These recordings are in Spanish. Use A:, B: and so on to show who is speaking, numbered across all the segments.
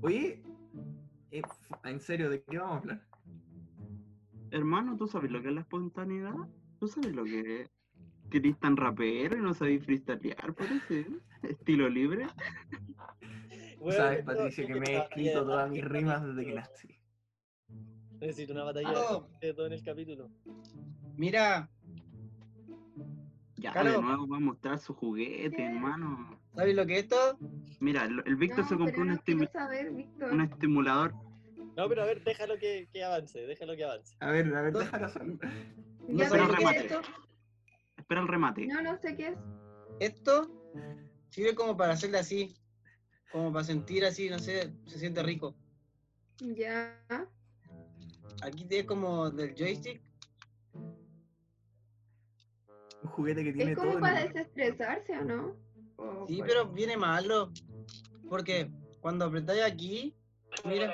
A: Oye, eh, en serio, ¿de qué vamos a hablar?
B: Hermano, ¿tú sabes lo que es la espontaneidad? ¿Tú sabes lo que es? Que eres tan rapero y no sabes freestylear, parece. Estilo libre.
A: Sabes, Patricia, que me he escrito todas mis rimas desde que
C: las
A: nací.
C: Necesito una batalla
A: Ah,
D: Aló.
C: de todo en el capítulo.
D: Mira,
B: Ya, de
D: Claro.
B: nuevo va a mostrar su juguete, hermano.
D: ¿sabes lo que es esto?
B: Mira, el, el Víctor
E: No,
B: se compró
E: Ah, pero
B: un,
E: no quiero
B: estimu-
E: saber, Víctor.
B: un estimulador.
C: No, pero a ver, déjalo que, que avance, déjalo que avance.
A: A ver, a ver, déjalo solo.
E: Ya,
D: No,
B: pero
E: pero ¿qué
B: remate.
E: es esto?
B: Espera el remate.
E: No, no sé qué es.
D: Esto sirve como para hacerle así. Como para sentir así, no sé, se siente rico.
E: Ya.
D: Aquí es como del joystick.
A: Un juguete que tiene
E: Es como
A: todo.
E: para
A: en el-
E: desestresarse, ¿o no? O pues,
D: Sí,
E: por-
D: pero viene malo. Porque cuando apretáis aquí, mira,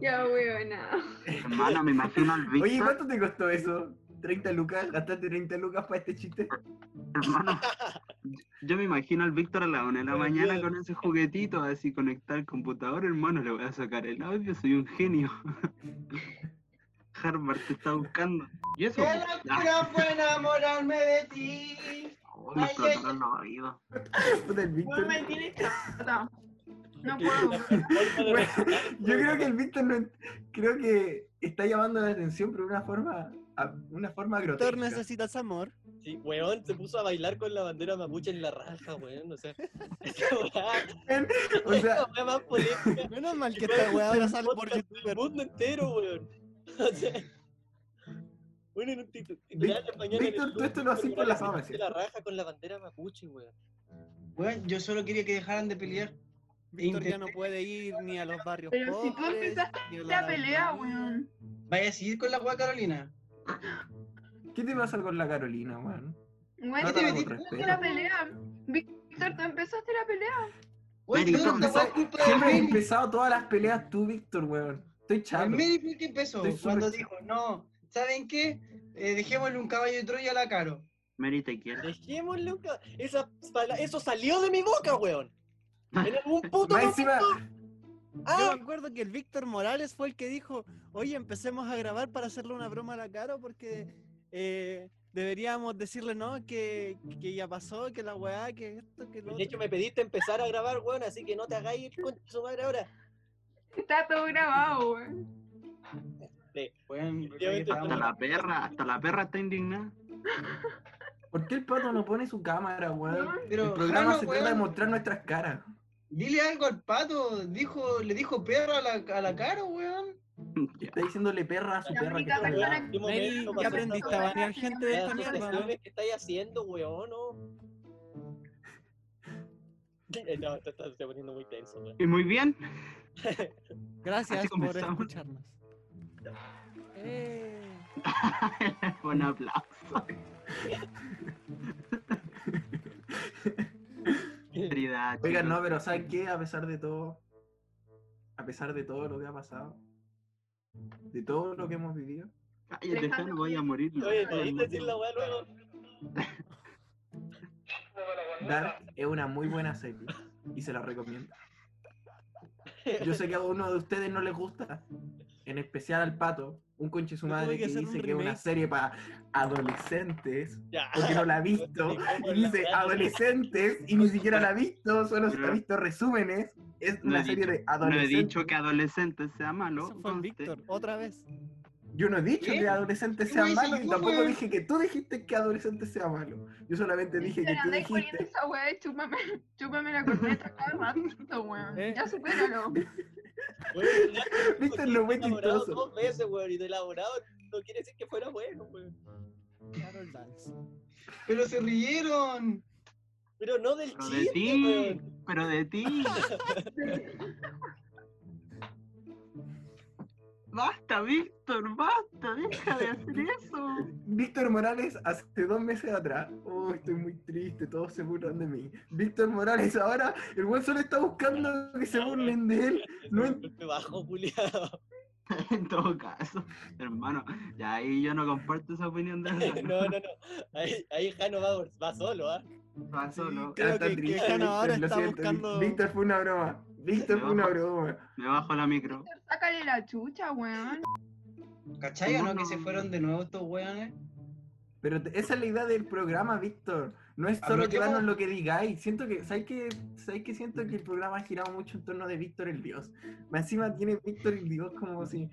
E: Ya, weona.
B: Hermano, me imagino al
A: Oye,
B: Víctor.
A: ¿cuánto te costó eso? ¿30 lucas? ¿Gastaste 30 lucas para este chiste?
B: Hermano, yo me imagino al Víctor a la una de la
C: Muy
B: mañana
C: bien.
B: con ese juguetito, así conectar el computador, hermano, le voy a sacar el audio, soy un genio. Harvard te está buscando. Y eso,
D: ¡Qué
B: ya,
D: locura fue enamorarme de ti!
B: oh, me explotaron los oídos.
A: Puta, el Víctor.
E: No me tienes chata. No
C: Que
E: puedo.
C: la forma de
A: Bueno,
C: reaccionar es
A: Yo creo
C: buena.
A: que el Víctor no, creo que está llamando la atención, pero de una forma, a- una forma
F: Víctor,
A: grotesca.
F: necesitas amor.
C: Sí, weón, se puso a bailar con la bandera mapuche en la raja, weón, o sea. Esa weá,
A: O sea,
C: esa weá más polémica
F: Menos mal que esta weá ahora sale por
C: podcast del
F: youtuber.
C: mundo entero, weón. O sea. Bueno, en un título.
A: Vic- Víctor, tú esto lo haces por la fama, ¿cierto?
C: La raja con la bandera mapuche, weón.
D: Bueno, yo solo quería que dejaran de pelear.
F: Víctor ya no puede ir ni a los barrios
E: Pero si
F: pobres.
E: tú empezaste
F: ni a
E: La
F: la
E: pelea,
F: Araucanía.
E: weón.
D: Vaya a seguir con la weá Carolina.
A: ¿qué te pasa con la Carolina, weón?
E: Bueno,
A: Trátala con respeto.
E: la pelea. Víctor, tú empezaste la pelea.
D: Bueno,
B: Mary,
D: todo
B: ¿cómo
D: esta weá es culpa
F: Pues,
D: de
A: Siempre has
D: Mary.
A: empezado todas las peleas tú, Víctor, weón. Estoy
F: Pues,
D: El
A: chato.
D: Mary fue el que empezó
A: Estoy súper
D: cuando
A: chato.
D: dijo, no, ¿saben qué? Eh, dejémosle un caballo de Troya a la Caro.
B: Mary te quiere.
C: Dejémoslo, loca. Esa, pala- eso salió de mi boca, weón. En algún puto
A: Más
C: momento.
A: encima,
F: Yo
C: Ah,
F: me acuerdo que el Víctor Morales fue el que dijo, oye, empecemos a grabar para hacerle una broma a la Caro porque eh, deberíamos decirle, no, que, que ya pasó, que la weá, que esto, que lo
C: de hecho,
F: otro.
C: me pediste empezar a grabar, weón, así que no te hagáis el concha de su madre ahora.
E: Está todo grabado, weón.
D: Bueno,
C: Efectivamente,
B: Hasta la perra, hasta la perra está indignada.
A: ¿por qué el pato no pone su cámara, weón? El
D: pero
A: programa
D: Jano,
A: se trata de
D: weón,
A: mostrar nuestras caras.
D: dile algo al pato, dijo, le dijo perro a la, a la Caro, weón.
B: Ya.
A: Está diciéndole perra a su
C: La
A: perra.
E: única
A: que está
E: persona
A: weón.
C: ¿En qué
F: Mary,
C: momento
F: ¿qué
C: pasó
F: aprendiste a
C: esta weá?
F: banear gente de
C: Las
F: esta mierda?
C: asociaciones que estáis haciendo, weón, no. Eh, No, esto está, se está poniendo muy tenso, weón.
B: Y muy bien,
F: Gracias
B: Así
F: por
B: comenzamos.
F: escucharnos. Eh,
B: un aplauso. Caridad,
A: Oigan,
B: chicos.
A: no, pero ¿sabes qué? A pesar de todo, a pesar de todo lo que ha pasado, de todo lo que hemos vivido,
B: Cállate, Jano, voy a morir.
C: Oye, te viste
A: este
C: decir la weá luego.
A: Dark es una muy buena serie y se la recomiendo. Yo sé que a uno de ustedes no les gusta, en especial al pato, un conche su
F: Yo tuve
A: madre que
F: que hacer un
A: dice que es una
F: remake.
A: serie para adolescentes,
C: Ya.
A: porque no la ha visto, y dice adolescentes y ni siquiera la ha visto, solo se ha visto resúmenes. Es
B: No he
A: una serie
B: dicho-
A: de
B: No he
A: adolescentes.
B: dicho que adolescente sea malo.
F: eso fue el
B: conste.
F: Víctor, otra vez.
A: Yo no he dicho
D: ¿Qué?
A: que adolescentes
D: ¿Qué
A: sean
D: me dices
A: malos y
D: tú,
A: tampoco
D: weón?
A: dije que tú dijiste que adolescentes sea malo. Yo solamente dije que
E: Pero
A: tú
E: andáis poniendo
A: dijiste.
E: esa weá de chúpame, chúpame la corneta cada rato,
F: ¿Eh?
E: weón. Ya supéralo.
C: Weón, ya, weón,
A: Víctor lo ve
C: porque está elaborado
A: chistoso.
C: Dos veces, weón, y de elaborado no quiere decir que fuera bueno, weón.
F: Carol Dance.
D: Pero se rieron.
C: Pero no del
B: Pero de
C: chiste,
B: ti,
C: weón.
B: pero de ti. Basta, Víctor, basta, deja de hacer eso.
A: Víctor Morales hace dos meses atrás. Oh, estoy muy triste, todos se burlan de mí. Víctor Morales ahora, el buen solo está buscando que se burlen de él. No en-
C: Me bajó, puliado.
B: En todo caso, hermano, ya ahí yo no comparto esa opinión de
C: No, no, no. Ahí, ahí Jano va, va solo, ¿ah?
B: Va solo.
F: Creo
A: tan
F: que- que
A: triste,
F: Jano
A: Víctor,
F: ahora
A: lo
F: está
A: siento.
F: buscando-
A: Víctor fue una broma. Víctor fue una broma.
B: Me bajo la micro.
E: Sácale la chucha, weón.
D: ¿Cachai o no
B: No,
D: que
B: no.
D: se fueron de nuevo estos weones?
A: Pero te- esa es la idea del programa, Víctor. No es solo
D: Admitamos-
A: quedarnos lo que digáis. Siento que, ¿sabes qué? ¿Sabes qué? Siento que el programa ha girado mucho en torno de Víctor el Dios. Más encima tiene Víctor el Dios como si.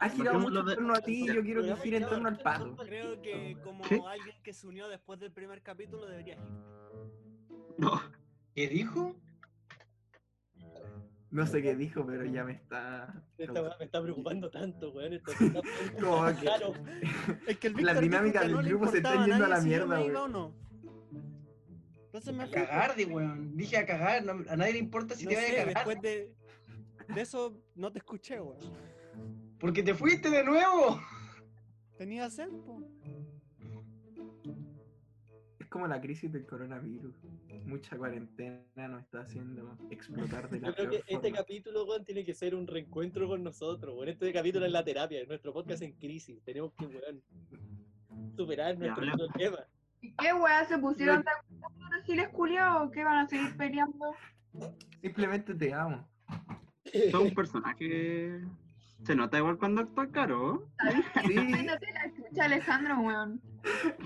A: Ha girado mucho
B: Dejémoslo
A: en
B: de-
A: torno a ti y yo quiero que
C: Programa
A: gire en torno al
C: girado en
A: pato.
C: torno
F: Creo que como
B: ¿Qué?
F: alguien que se unió después del primer capítulo debería ir.
B: No.
D: ¿Qué dijo?
A: No sé qué dijo, pero ya me está.
C: Esta weá me está preocupando tanto, weón. Esta weá está
A: Como que-
C: Claro.
F: Es que el
A: Las
F: Víctor dijo
A: dinámicas
F: que
A: del
F: le
A: grupo se están
F: importaba a
A: yendo a
F: nadie
A: la
F: si yo
A: mierda,
F: me
A: güey.
F: iba o no. Entonces me
D: A cagar de weón. Dije a cagar. no- a nadie le importa si
F: no
D: te vayas
F: sé,
D: a cagar.
F: después de, de eso no te escuché, weón.
D: Porque te fuiste de nuevo.
F: Tenía sed, po.
A: Es como la crisis del coronavirus. Mucha cuarentena nos está haciendo explotar de la
C: Yo creo que
A: peor
C: este
A: forma.
C: capítulo, weón, tiene que ser un reencuentro con nosotros, weón. Este capítulo es la terapia, es nuestro podcast en crisis. Tenemos que, weón, superar nuestro
B: hablamos.
C: problema.
E: ¿Y qué weón se pusieron de acuerdo los giles culiados? ¿Qué van a seguir peleando?
A: Simplemente te amo.
B: Son un personaje. Se nota igual cuando actúa caro.
A: Sí.
E: Mándate la chucha, Alejandro, weón.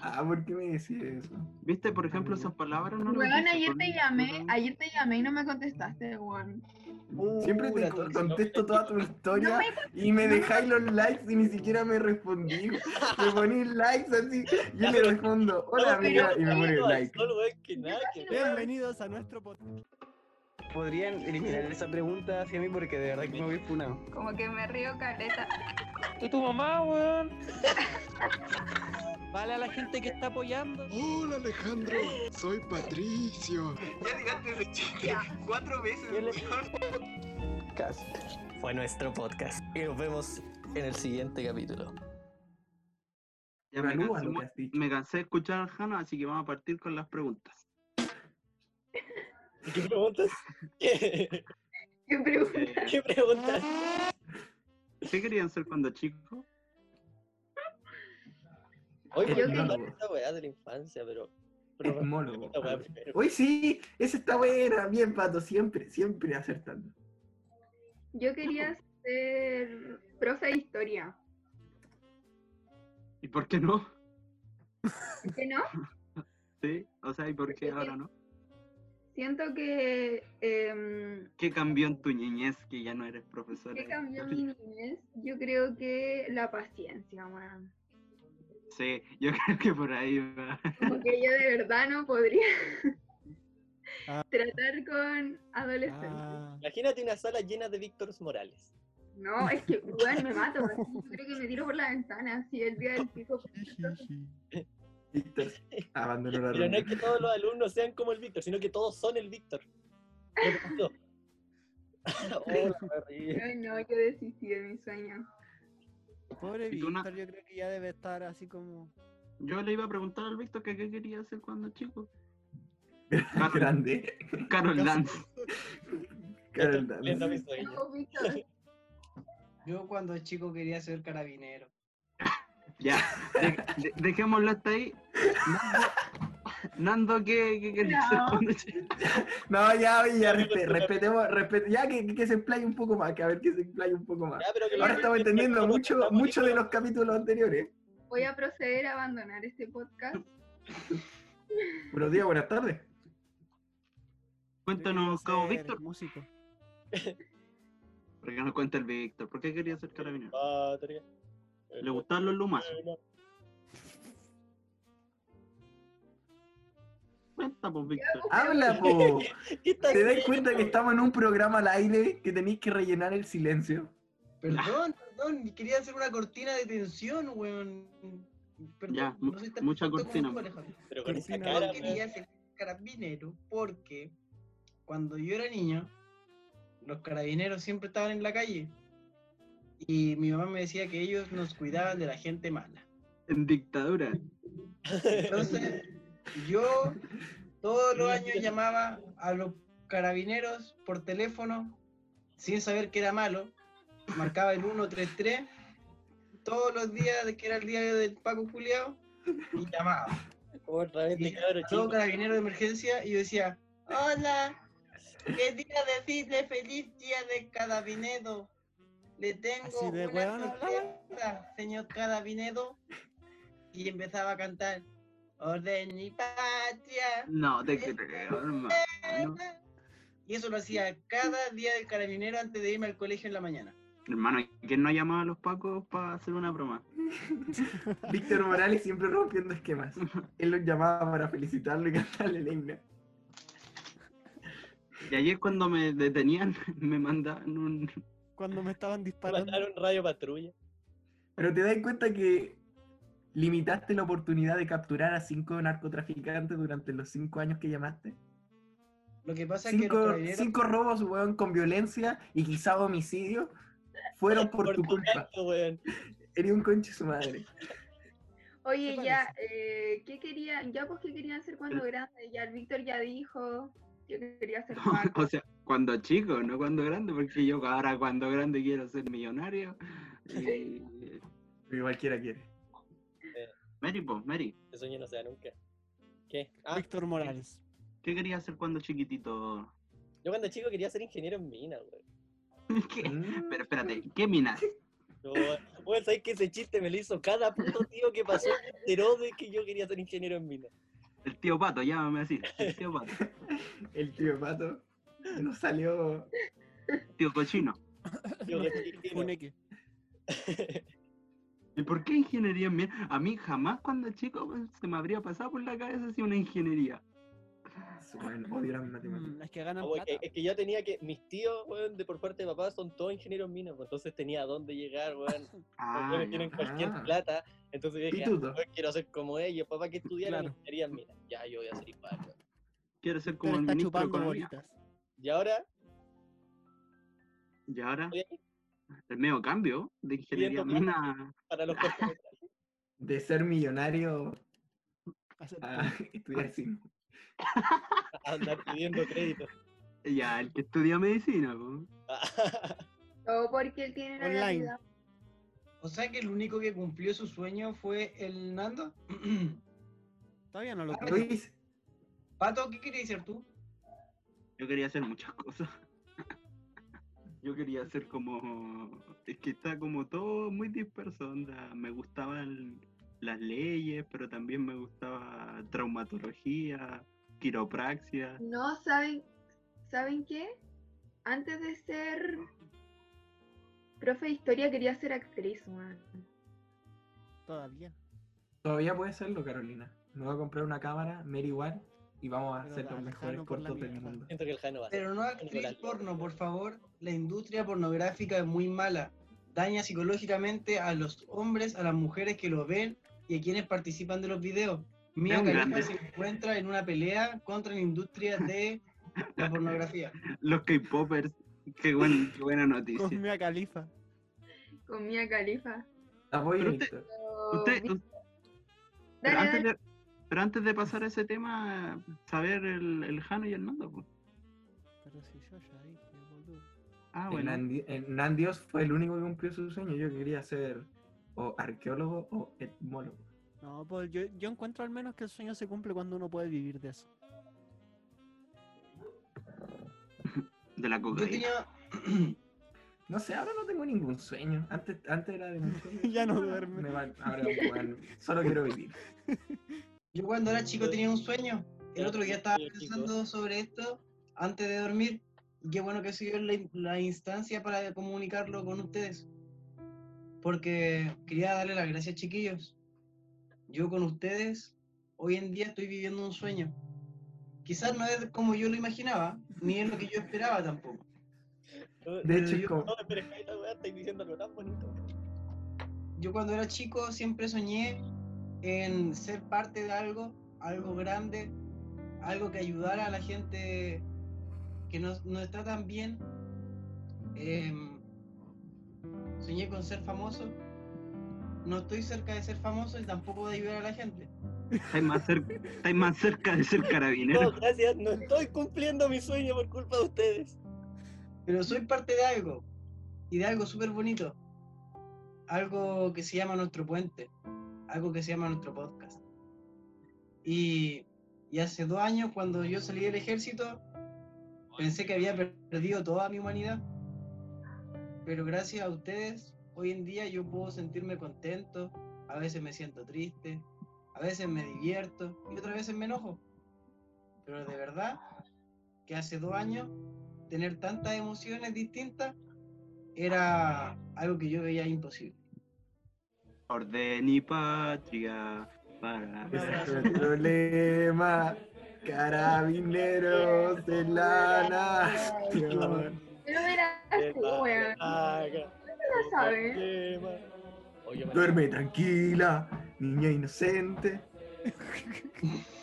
A: Ah, ¿por qué me decís eso?
B: ¿Viste, por ejemplo, esas palabras? No las
E: Weón,
B: dijiste
E: ayer
B: con-
E: te llamé,
B: con-
E: ayer te llamé y no me contestaste, weón.
C: Uh,
A: Siempre te
D: la
A: co-
D: tóxica.
A: contesto toda tu
E: No
A: historia
E: me
A: y me dejáis los likes y ni siquiera me respondí. Me ponéis likes así, yo le respondo, hola amiga, y me ponéis like.
C: Solo, weón, que nada, que nada.
F: Bienvenidos a nuestro podcast.
G: Podrían eliminar esa pregunta hacia mí porque de verdad que me voy funado.
E: Como que me río caleta.
H: Y tu mamá, weón. Vale a la gente que está apoyando.
I: Hola Alejandro, soy Patricio.
D: Ya tiraste ese chiste cuatro veces.
H: Yo le-
D: weón.
G: Casi.
H: Fue nuestro podcast. Y nos vemos en el siguiente capítulo.
B: Ya me
A: Evalúa
B: cansé
A: lo que
B: mu-
A: has dicho.
B: me cansé de escuchar al Jano, así que vamos a partir con las preguntas.
C: ¿Qué preguntas? ¿Qué,
E: ¿Qué pregunta?
C: qué preguntas?
B: Eh, ¿Qué querían ser cuando chicos?
C: Hoy
A: El
C: voy a contar
A: monólogo.
C: esta weá de la infancia, pero. pero
A: Etmólogo.
C: esta weá primero.
A: Hoy sí, esa está buena, bien pato, siempre, siempre acertando.
E: Yo quería ser profe de historia.
B: ¿Y por qué no?
E: ¿Por qué no?
B: Sí, o sea, ¿y por qué ahora no?
E: Siento que em,
B: ¿Qué cambió en tu niñez que ya no eres profesora?
E: ¿Qué
B: de
E: cambió mi
B: historia?
E: niñez? Yo creo que la paciencia, weón.
B: Sí, yo creo que por ahí va.
E: Como que yo de verdad no podría
F: Ah.
E: tratar con adolescentes.
F: Ah,
C: Imagínate una sala llena de Víctor Morales.
E: No, es que, weón, me mato. así, Yo creo que me tiro por la ventana, así, el día del pico.
A: Víctor abandonó la
C: Pero no es
A: reunión.
C: que todos los alumnos sean como el Víctor, sino que todos son el Víctor. Repetido. Hola, Barry.
E: Ay, no, yo desistí de mi sueño.
F: pobre
B: Y tú na-
F: Víctor, yo creo que ya debe estar así como...
B: Yo le iba a preguntar al Víctor que qué quería hacer cuando chico.
A: Más grande.
B: Carol Dance.
A: Carol
C: Lento mi
A: Dance.
C: sueño.
E: No, Víctor,
D: Yo cuando chico quería ser carabinero.
B: Ya, de- de- dejémoslo hasta ahí. Nando, Nando ¿qué, qué querías hacer
E: No.
B: cuando chico?
A: No, ya, oye, ya, respe- respetemos, respet- ya que, que se explaye un poco más, que a ver que se explaye un poco más.
C: Ya, pero que la
A: Ahora
C: gente
A: estamos
C: sepa
A: entendiendo
C: cómo
A: mucho,
C: tratamos
A: mucho de los capítulos anteriores.
E: voy a proceder a abandonar este podcast.
A: Buenos días, buenas tardes.
B: Cuéntanos,
F: Yo quiero
B: Cabo
F: ser
B: Víctor.
F: Músico.
B: Porque nos cuenta el Víctor. ¿Por qué quería ser carabinero?
C: Ah, tenía-
B: Le gustaban los lumazos. Cuenta, pues, Víctor.
A: Habla, po.
C: ¿Qué estás
A: ¿Te das
C: haciendo?
A: cuenta que estamos en un programa al aire que tenéis que rellenar el silencio?
D: Perdón, perdón. Quería hacer una cortina de tensión, weón. Perdón,
B: Ya, mu-
D: soy tan
B: mucha
D: perfecto
B: cortina.
D: como
B: pues.
D: tú, Alejandro.
C: Pero con esa
F: Cristina,
C: cara,
D: Yo
C: weón.
D: quería ser carabinero porque cuando yo era niño, los carabineros siempre estaban en la calle. Y mi mamá me decía que ellos nos cuidaban de la gente mala.
B: En dictadura.
D: Entonces, yo todos los años llamaba a los carabineros por teléfono sin saber que era malo. Marcaba el 133 todos los días de que era el día del Paco Juliao y llamaba.
C: Otra vez de
D: Y
C: cabro
D: todo
C: chico.
D: carabinero de emergencia y yo decía, hola, quería decirle feliz día de carabinero. Le tengo
F: Así de
D: una
F: hueón hablaba.
D: sorpresa, señor carabinero. Y empezaba a cantar, orden y patria.
B: No te creo, hermano.
D: Y eso lo hacía cada día del carabinero antes de irme al colegio en la mañana.
B: Hermano, ¿quién no ha llamado a los pacos para hacer una broma?
A: Víctor Morales siempre rompiendo esquemas. Él los llamaba para felicitarlo y cantarle el himno.
B: Y ayer cuando me detenían, me mandaban un...
F: Cuando me estaban disparando.
C: Mataron Radio Patrulla.
A: Pero te das cuenta que limitaste la oportunidad de capturar a cinco narcotraficantes durante los cinco años que llamaste.
D: Lo que pasa es que los
A: Cinco,
D: carabineros,
A: cinco robos, weón, con violencia y quizá homicidio fueron por tu culpa.
C: gato, weón.
A: Eres un conche su madre.
E: Oye,
F: ¿Te
E: ya, eh, ¿qué querían? Ya, pues, ¿qué querían hacer cuando grande? Ya el Víctor ya dijo, yo quería ser
B: o
E: Paco.
B: sea, cuando chico, no cuando grande, porque yo ahora cuando grande quiero ser millonario. Y...
A: Pero cualquiera quiere.
B: Mary, pues, Mary,
C: Ese sueño no se da nunca. ¿Qué? Ah,
F: Víctor Morales.
B: ¿qué querías hacer cuando chiquitito?
C: yo cuando chico quería ser ingeniero en mina, weón.
B: ¿Qué?
A: Mm.
B: Pero espérate, ¿qué minas?
C: No, Bueno, ¿sabes que ese chiste me lo hizo cada puto tío que pasó? Se enteró de que yo quería ser ingeniero en mina.
B: El tío Pato, llámame así. El tío Pato.
A: Mm, El tío Pato nos salió.
B: Tío Cochino.
C: Yo reptiliano.
F: Funeque.
B: ¿Y por qué ingeniería en mina? A mí jamás cuando chico se me habría pasado por la cabeza así una ingeniería.
A: Bueno, odio las matemáticas.
F: Mm, Es que ganan
C: Ah, bueno,
G: eh,
F: plata.
C: que- es que yo tenía que. Mis tíos, weón, de por parte de papá, son todos ingenieros en mina, pues, entonces tenía a dónde llegar, weón. Los
B: Ah,
C: weones
B: ya.
C: tienen cualquier
A: Ah.
C: plata. Entonces yo dije, ah,
A: Pituto.
C: weón, quiero ser como ellos, papá, que estudiaron
F: Claro.
C: ingeniería en mina. Ya, yo voy a ser igual, weón.
B: quiero ser como
F: Víctor
B: el
F: está
B: ministro de
F: chupando
B: Economía.
F: bolitas.
C: Y ahora,
B: Y ahora,
C: estoy aquí
B: el medio cambio de ingeniería en
C: Pidiendo
B: mina.
C: para los cortometrajes.
A: De ser millonario
F: Hacer-
B: Ah.
A: a estudiar cine.
C: a andar pidiendo crédito.
B: Ya, el que estudia medicina. po.
E: O porque él tiene la
F: Online.
E: realidad.
D: o sea que el único que cumplió su sueño fue el Nando.
F: Todavía no lo
G: Ah.
F: creo.
A: Luis,
D: Pato, ¿qué querías ser tú?
B: Yo quería hacer muchas cosas. Yo quería hacer como... Es que está como todo muy disperso. onda. Me gustaban las leyes, pero también me gustaba traumatología, quiropraxia.
E: No, ¿saben, ¿saben qué? Antes de ser profe de historia quería ser actriz, weón.
F: Todavía.
A: todavía puede serlo, Carolina. Me voy a comprar una cámara, Mary igual, y vamos a
F: Pero
A: hacer los
F: dale,
A: mejores
F: Jano, por la
A: cortos del
F: mierda.
A: mundo.
C: Siento que el Jano va a ser.
D: Pero no actriz porno, por favor. La industria pornográfica es muy mala. Daña psicológicamente a los hombres, a las mujeres que lo ven y a quienes participan de los videos. Mia
B: Es un
D: Khalifa
B: grande.
D: se encuentra en una pelea contra la industria de la pornografía.
B: Los K-Popers. Qué, buen- qué buena noticia.
F: Con Mia Califa.
E: Con Mia Califa.
A: Te apoyo,
B: Pero usted-
A: Víctor.
B: Usted, u-
E: Dale,
B: pero, antes
E: dale.
B: de, pero antes de pasar a ese tema, saber el, el Jano y el Nando. po.
F: Pero si yo ya dije, boludo.
B: Ah,
A: El
B: bueno.
A: Nandi- el Nandios fue el único que cumplió su sueño. Yo quería ser o arqueólogo o etmólogo.
F: No, pues yo, yo encuentro al menos que el sueño se cumple cuando uno puede vivir de eso.
B: De la
D: Yo
B: cocaína.
D: tenía,
A: No sé, ahora no tengo ningún sueño. Antes, antes era de mujer.
F: Ya no duerme.
A: Me va- ahora, bueno, solo quiero vivir.
D: yo cuando era chico tenía un sueño. El otro día estaba pensando sobre esto antes de dormir. Y qué bueno que se dio la, la instancia para comunicarlo con ustedes. Porque quería darle las gracias, chiquillos. Yo con ustedes, hoy en día estoy viviendo un sueño. Quizás no es como yo lo imaginaba, ni es lo que yo esperaba tampoco.
A: De hecho, es
D: yo-
A: como-
C: No, pero es que esta weá estáis diciendo algo tan bonito.
D: Yo cuando era chico siempre soñé en ser parte de algo, algo grande, algo que ayudara a la gente que no, no está tan bien. Em, soñé con ser famoso. No estoy cerca de ser famoso y tampoco de ayudar a la gente.
B: Estáis más, cerca, estáis más cerca de ser
C: No,
B: carabinero.
C: gracias, no estoy cumpliendo mi sueño por culpa de ustedes.
D: Pero soy parte de algo y de algo súper bonito. Algo que se llama nuestro puente. Algo que se llama nuestro podcast. Y, y hace dos años, cuando yo salí del ejército, pensé que había per- perdido toda mi humanidad. Pero gracias a ustedes, hoy en día yo puedo sentirme contento, a veces me siento triste, a veces me divierto y otras veces me enojo. Pero de verdad que hace dos años tener tantas emociones distintas era algo que yo veía imposible.
B: Orden y patria para...
A: Ese Este es el problema. Carabineros de la nación.
E: Pero era así, este, weón.
C: la
E: sabes.
C: Oye, man,
A: Duerme tranquila, niña inocente.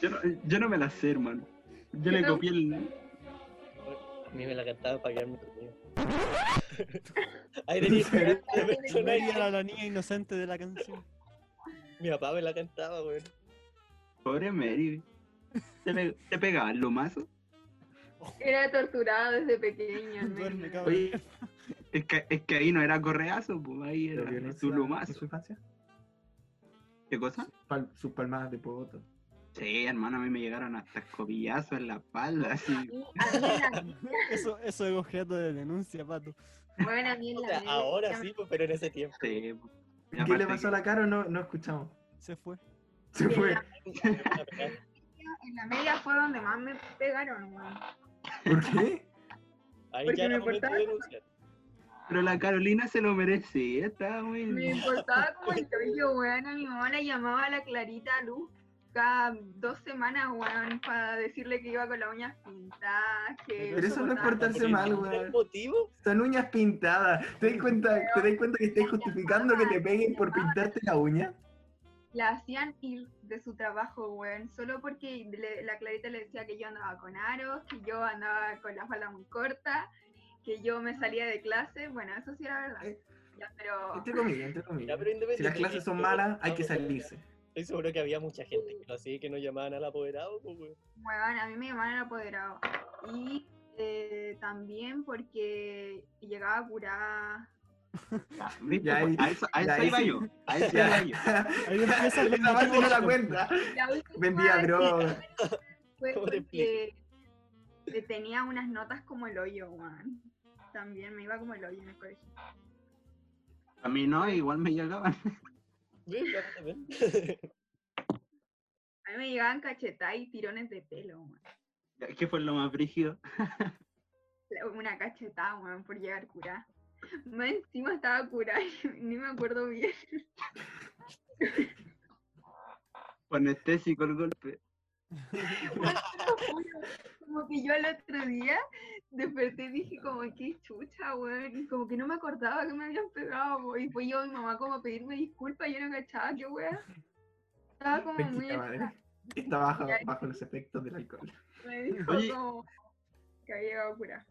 B: Yo no, yo no me la sé, hermano. Yo le copié el...
C: A mí me la cantaba para quedarme dormido. Ahí tenía que
F: Ella era la niña inocente de la canción.
C: Mi papá me la cantaba, weón.
B: Pobre Mary. Te, pe- te pegaban lo mazo.
E: Era torturada desde pequeña. al menos.
F: Duerme, cabrón.
B: Oye, es que, es que ahí no era correazo, pues ahí
A: ¿Pero
B: era
A: violencia
B: tu
A: en
B: lomazo.
A: su infancia?
B: ¿Qué cosa?
A: Pal- sus palmadas de poto.
B: Sí, hermano, a mí me llegaron hasta escobillazos en la espalda, así.
E: Y a mí en la
F: Eso, eso es objeto de denuncia, pato.
E: Bueno, a mí en
C: O
E: la
C: sea,
E: media
C: ahora
E: ya me-
C: sí, pues, pero en ese tiempo.
B: Sí, pues. Y
A: ¿Qué
B: aparte
A: le pasó a la cara? No, no escuchamos.
F: Se fue.
A: Se fue.
E: En la media fue donde más me pegaron, weón.
A: ¿Por qué?
C: Ahí
E: Porque
C: ya era
E: me
C: momento de
E: portaba-
C: denunciar.
B: Pero la Carolina se lo merece, está muy
E: Me importaba como el cabello, weón. A mi mamá la llamaba la Clarita Luz cada dos semanas, weón, para decirle que iba con las uñas pintadas, que...
A: Pero eso no es
E: soportaba-
A: portarse mal,
C: ¿Hay
A: weón.
C: motivo?
A: Están uñas pintadas. ¿Te das cuenta, te das cuenta que estás justificando que te peguen por pintarte la uña?
E: La hacían ir de su trabajo, weón, solo porque le- la Clarita le decía que yo andaba con aros, que yo andaba con la falda muy corta, que yo me salía de clase. Bueno, eso sí era
A: Eh,
E: verdad. Ya, pero...
A: Entre comillas, entre
C: Ya,
A: comillas.
C: pero
A: Si las
C: independiente-
A: clases son malas, hay que salirse.
C: Estoy seguro que había mucha gente que lo hacía y que no llamaban al apoderado, pues, weón.
E: Weón, a mí me llamaban el apoderado. Y eh, también porque llegaba curada.
A: Ya ahí-
B: Ah, A eso, a
A: ya
B: eso
A: ahí
B: iba
A: sí.
B: yo. A eso
A: Ya.
B: iba yo.
F: Ahí empieza el
A: Esa parte no la cuenta.
E: La última
A: Vendía
E: vez
A: droga.
E: fue
C: ¿Cómo te
E: porque eh, tenía unas notas como el hoyo, weón. También me iba como el hoyo en el colegio.
B: A mí no, igual me llegaban.
C: Ve, ya, también.
E: A mí me llegaban cachetadas y tirones de pelo, weón.
B: ¿Qué fue lo más brígido?
E: La- Una cachetada, weón, por llegar curada. Más encima estaba curada y ni me acuerdo bien.
B: Con anestésico el golpe.
E: Como que yo al otro día desperté y dije como qué chucha, weón, y como que no me acordaba que me habían pegado, po, y fue yo a mi mamá como a pedirme disculpas, yo no cachaba, qué weón. Estaba como muy
A: Bendita madre. Está bajo, bajo los efectos del alcohol.
E: me dijo
B: Oye.
E: como que había llegado a curar.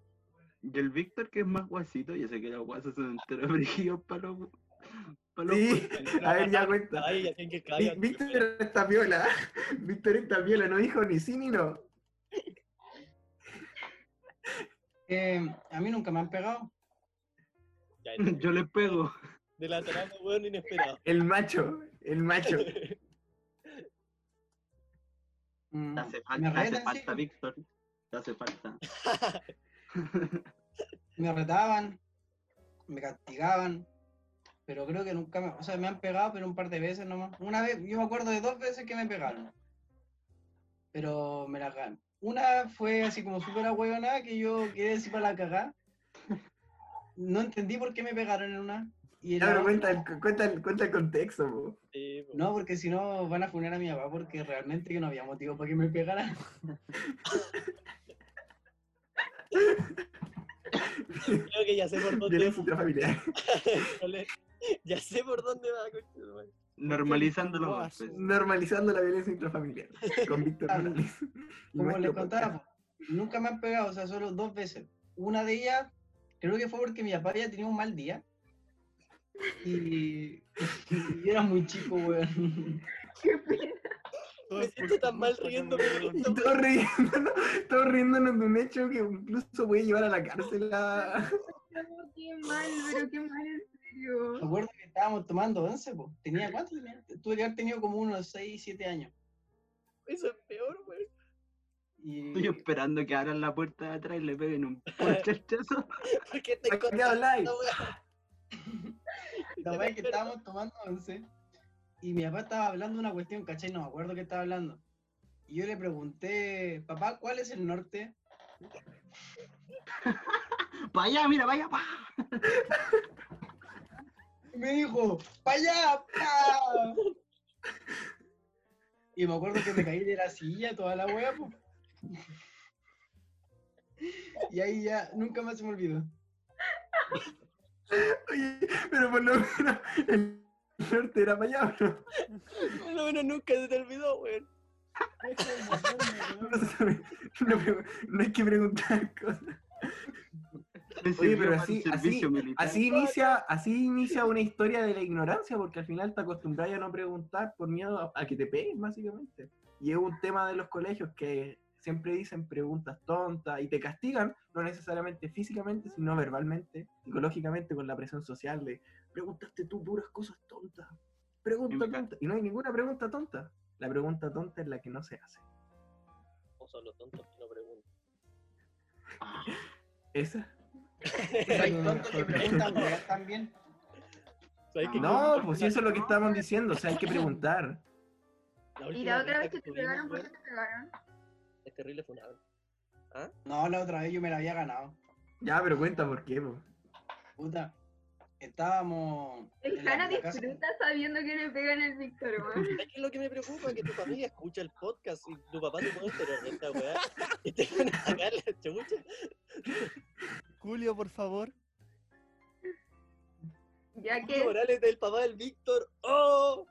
B: Y el Víctor, que es más guasito, yo sé que los guasos son enteros brígidos para los. Para los
A: Sí, a ver, ya cuenta.
C: Ay, ya tienen que
A: Vi-
C: caer.
A: Víctor está viola. Víctor está viola, no dijo ni sí ni no.
D: Eh, a mí nunca me han pegado.
C: Ya, entonces,
B: Yo les pego.
C: De la trama, weón, inesperado.
A: El macho, el macho.
D: Mm,
B: Te hace
D: me
B: falta, te hace
D: retan,
B: falta,
D: sí,
B: Víctor. Te hace falta.
D: me retaban, me castigaban, pero creo que nunca me, o sea, me han pegado, pero un par de veces nomás. Una vez, yo me acuerdo de dos veces que me pegaron, pero me las ganan. Una fue así como súper ahueonada que yo quedé así para la cagada. No entendí por qué me pegaron en una. Y en
A: Ya,
D: la
A: pero
D: otra-
A: cuenta el, cuenta el- cuenta el contexto, po.
C: Sí, po.
D: No, porque si no van a funar a mi papá porque realmente que no había motivo para que me pegara.
C: Creo que ya sé por dónde
A: Violencia
C: va.
A: intrafamiliar.
C: Ole, Ya sé por dónde va, conchetumare.
B: Normalizando los
F: Guaso.
B: golpes.
A: Normalizando la violencia intrafamiliar. Con Víctor
D: Claro.
A: Morales.
D: Como les
A: Nuestro
D: contaba, po, nunca me han pegado, o sea, solo dos veces. Una de ellas, creo que fue porque mi papá ya tenía un mal día. Y, y era muy chico, weón.
E: Qué pena.
C: Me siento tan mal riendo,
A: Y
C: pero
A: todos riéndonos, todos riéndonos de un hecho que incluso puede llevar a la cárcel a...
E: No, qué mal, pero qué mal, en serio.
D: Me acuerdo que estábamos tomando once, po. Tenía cuánto tenía? Tuve que haber tenido como unos 6, 7 años.
C: Eso es peor, weón.
B: Estoy
D: Y
B: esperando que abran la puerta de atrás y le peguen un chachazo.
C: ¿Por qué te
A: ¿A qué habláis?
D: la weá es que estábamos tomando once. Y mi papá estaba hablando una cuestión, ¿cachai? No me acuerdo qué estaba hablando. Y yo le pregunté, papá, ¿cuál es el norte?
B: ¡Para allá, mira, vaya, pa!
D: Y me dijo, ¡para allá! pa". Y me acuerdo que me caí de la silla toda la wea, po. Y ahí ya, nunca más se me olvidó.
A: Oye, pero por lo menos el norte era para allá, ¿o ¿no?
C: Por lo menos nunca se te olvidó, weón.
A: No, se sabe. No pre- no hay que preguntar cosas. Oye, pero así, así, así, inicia, así inicia una historia de la ignorancia, porque al final te acostumbras a no preguntar por miedo a, a que te peguen, básicamente. Y es un tema de los colegios que siempre dicen preguntas tontas y te castigan, no necesariamente físicamente, sino verbalmente, psicológicamente, con la presión social de preguntaste tú puras cosas tontas. Pregunta
B: En mi ca-
A: tonta. Y no hay ninguna pregunta tonta. La pregunta tonta es la que no se hace.
C: No son los tontos que no preguntan.
B: Ah,
A: Esa.
D: Hay tontos que preguntan weas también.
C: ¿Sabes qué?
A: No, pues si eso es lo que estamos diciendo, o sea, hay que preguntar.
E: Y
C: última
E: la otra
C: reta
E: vez que te
C: tuvimos,
E: pegaron, ¿por qué
C: weón,
E: te pegaron?
C: Es terrible funable.
D: No, la otra vez yo me la había ganado.
A: Ya, pero cuenta por qué, po.
D: Puta. Estábamos. en
E: El
D: la-
E: Jana
D: en la casa-
E: disfruta sabiendo que le pegan el Víctor, weón.
C: ¿Sabes qué es lo que me preocupa? Que tu familia escucha el podcast y tu papá te pone pero esta weá. Y te van a sacar la chucha.
F: Julio, por favor.
E: Ya
C: Julio
E: que
C: Morales del papá del Víctor. ¡Oh!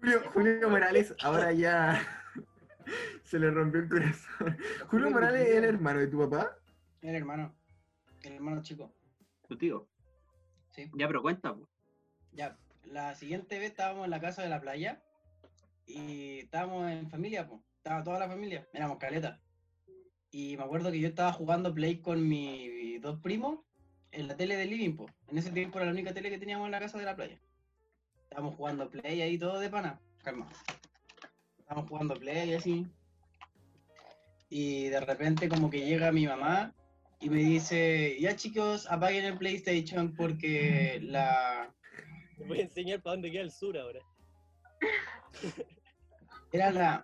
A: Julio, Julio Morales ahora ya se le rompió el corazón. Julio Morales es el hermano de tu papá.
D: El hermano. El hermano chico.
B: Tu tío.
D: Sí.
B: Ya, pero cuenta, po.
D: Ya, la siguiente vez estábamos en la casa de la playa y estábamos en familia, po. estaba toda la familia, éramos caleta. Y me acuerdo que yo estaba jugando Play con mis dos primos en la tele de Living, po. en ese tiempo era la única tele que teníamos en la casa de la playa. Estábamos jugando Play ahí todo de pana, calma. Estábamos jugando Play así. Y de repente como que llega mi mamá y me dice, ya chicos, apaguen el PlayStation porque la...
C: Te voy a enseñar para dónde queda el sur ahora.
D: era la,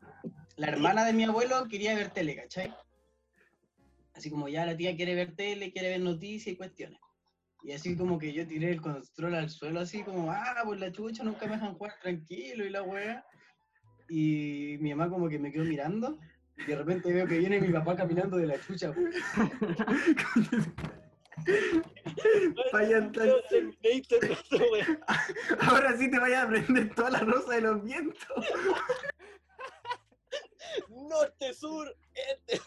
D: la hermana de mi abuelo quería ver tele, ¿cachai? Así como ya la tía quiere ver tele, quiere ver noticias y cuestiones. Y así como que yo tiré el control al suelo, así como, ah, por la chucha, nunca me dejan jugar tranquilo y la wea. Y mi mamá como que me quedó mirando y de repente veo que viene mi papá caminando de la chucha. pues.
A: Vayan tan-
C: Julio Terminator, esta weá.
A: Ahora sí te vayas a aprender toda la rosa de los vientos.
C: Norte, sur, este.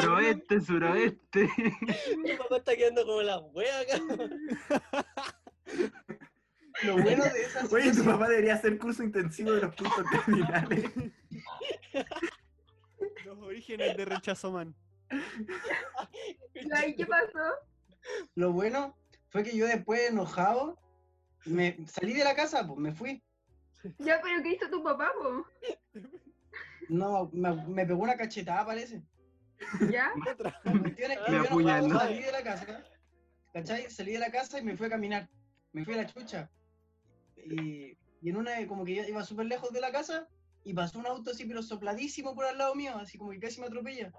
B: Suroeste, suroeste.
C: Mi papá está quedando como la wea acá.
D: Lo bueno de esa
A: Oye, tu papá debería hacer curso intensivo de los puntos cardinales.
F: Los orígenes de Rechazo Man.
E: yo ahí, ¿qué pasó?
D: Lo bueno fue que yo después enojado me salí de la casa, pues me fui.
E: Ya, pero ¿qué hizo tu papá, po?
D: No, me, me pegó una cachetada parece.
E: ¿Ya?
D: La cuestión es que
B: Me
D: yo no
B: apuñaló.
D: puedo, salí de la casa, ¿cachai? Salí de la casa y me fui a caminar, me fui a la chucha. Y, y en una, como que yo iba súper lejos de la casa y pasó un auto así, pero sopladísimo por al lado mío, así como que casi me atropella.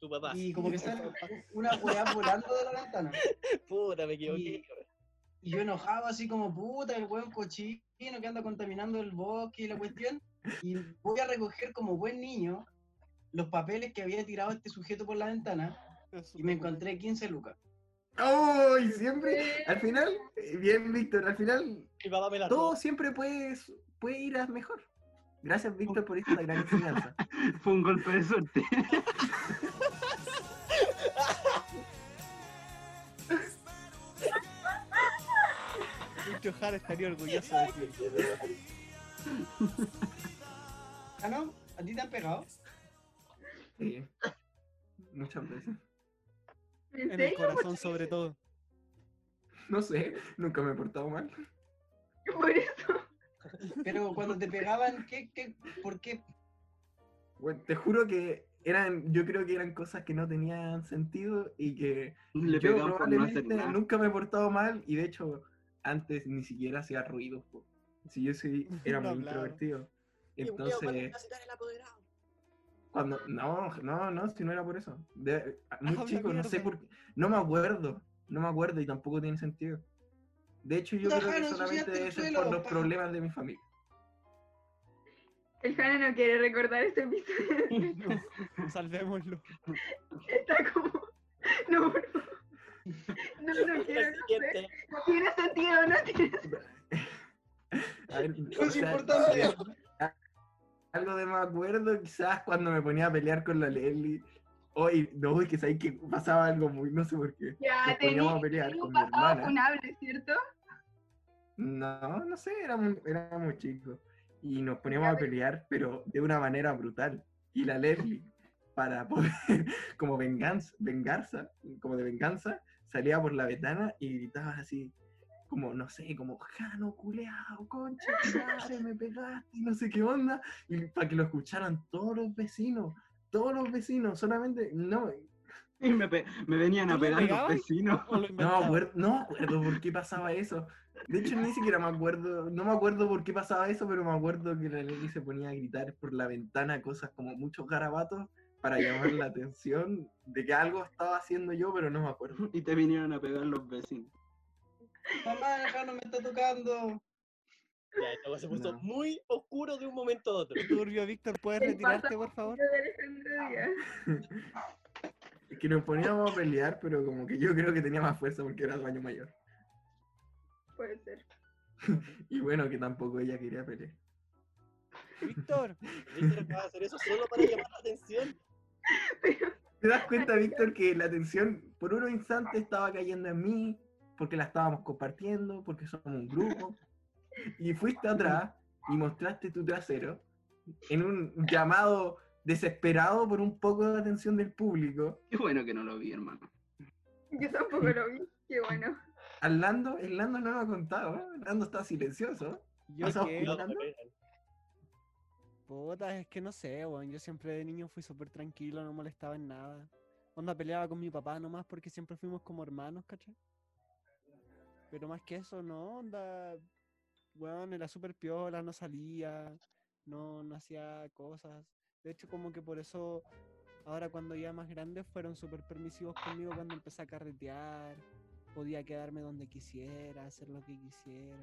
C: Tu papá.
D: Y como que sale una weá volando de la ventana.
C: Puta, me equivoqué.
D: Y- Y yo enojado, así como puta, el weón cochino que anda contaminando el bosque y la cuestión. Y voy a recoger como buen niño los papeles que había tirado este sujeto por la ventana y me encontré 15 lucas.
A: ¡Oh! Y
E: pues,
A: siempre, al final, eh, bien, Víctor, al final,
C: Mi papá me la
A: todo
C: robó.
A: siempre puede, puede ir a mejor. Gracias, Víctor, por esta gran enseñanza.
B: Fue un golpe de suerte.
F: Mucho Jara estaría orgulloso de ti.
D: Ah, no, ¿a ti te han pegado?
A: Sí. Muchas veces.
E: ¿En
F: En el
E: serio?
F: corazón sobre todo.
A: No sé, nunca me he portado mal.
E: Por eso.
D: Pero cuando te pegaban, ¿qué, qué, ¿por qué?
A: Bueno, te juro que eran, yo creo que eran cosas que no tenían sentido y que
B: Le
A: yo
B: pegaban por no hacer
A: probablemente
B: nada.
A: nunca me he portado mal y de hecho antes ni siquiera hacía ruidos. po. Si yo soy, era
F: No
A: muy
F: hablaba.
A: introvertido.
C: Y un miedo cuando
A: Entonces,
C: vas a dar el apoderado.
A: cuando, no, no, no, si no era por eso. De- muy
F: Habla
A: chico, no sé
F: mierda.
A: por qué. No me acuerdo, no me acuerdo y tampoco tiene sentido. De hecho, yo
D: Puta,
A: creo que
D: Jano,
A: solamente
D: ensuciaste el
A: debe ser
D: suelo,
A: por los
D: pa.
A: problemas de mi familia.
E: El Jana no quiere recordar este episodio.
F: No, salvémoslo.
E: Está como. No, por favor. No, no quiero.
C: La
E: No, sé.
C: siguiente.
E: no tiene sentido, no tiene
A: A ver,
D: No
A: o
D: es
A: sea, eh,
D: importante.
A: Algo de más acuerdo, quizás cuando me ponía a pelear con la Lely. Hoy, no, es que sabéis que pasaba algo muy, no sé por qué.
E: Ya,
A: Nos poníamos a
E: teníamos
A: pelear con
E: un
A: mi
E: pasado
A: hermana.
E: funable, ¿cierto?
A: No, no sé, éramos, éramos chicos. Y nos poníamos
E: Ya,
A: a
E: pero-
A: pelear, pero de una manera brutal. Y la Leslie, para poder, como venganza, venganza, como de venganza, salía por la ventana y gritaba así, como, no sé, como, Jano, culeado, concha, tu madre, me pegaste, no sé qué onda. Y para que lo escucharan todos los vecinos, todos los vecinos, solamente, no,
B: Y me, pe- me venían a
F: ¿Tú le
B: pegar los
F: pegabas?
B: vecinos.
F: ¿O
A: No
F: lo
A: me
F: inventaba?
A: acuerdo, no me acuerdo por qué pasaba eso. De hecho, ni siquiera me acuerdo, no me acuerdo por qué pasaba eso, pero me acuerdo que la Leli se ponía a gritar por la ventana cosas como muchos garabatos para llamar la atención de que algo estaba haciendo yo, pero no me acuerdo.
B: Y te vinieron a pegar los vecinos.
D: Mamá, el Jano me está tocando.
C: Ya, esto se puso
A: No.
C: muy oscuro de un momento a otro.
F: Turbio, Víctor, ¿puedes
E: El
F: retirarte,
E: pasado
F: por favor?
E: de Alejandro Díaz.
A: Es que nos poníamos a pelear, pero como que yo creo que tenía más fuerza porque era el baño mayor.
E: Puede ser.
A: Y bueno, que tampoco ella quería pelear.
F: Víctor,
C: Víctor acaba de hacer eso solo para llamar la atención.
A: ¿Te das cuenta, Víctor, que la atención por unos instantes estaba cayendo en mí, porque la estábamos compartiendo, porque somos un grupo? Y fuiste atrás y mostraste tu trasero en un llamado desesperado por un poco de atención del público.
B: Qué bueno que no lo vi, hermano.
E: Yo tampoco lo vi. Qué bueno.
A: Al Lando, el Lando no lo ha contado, ¿eh? El Lando está silencioso.
F: yo
A: Pasamos
F: qué,
A: por-
C: No, me pegan.
F: puta, es que no sé, weón. Yo siempre de niño fui súper tranquilo, no molestaba en nada. Onda peleaba con mi papá nomás porque siempre fuimos como hermanos, ¿cachai? Pero más que eso, no, onda. Weón, era súper piola, no salía, no, no hacía cosas. De hecho, como que por eso, ahora cuando ya más grande, fueron súper permisivos conmigo cuando empecé a carretear. Podía quedarme donde quisiera, hacer lo que quisiera.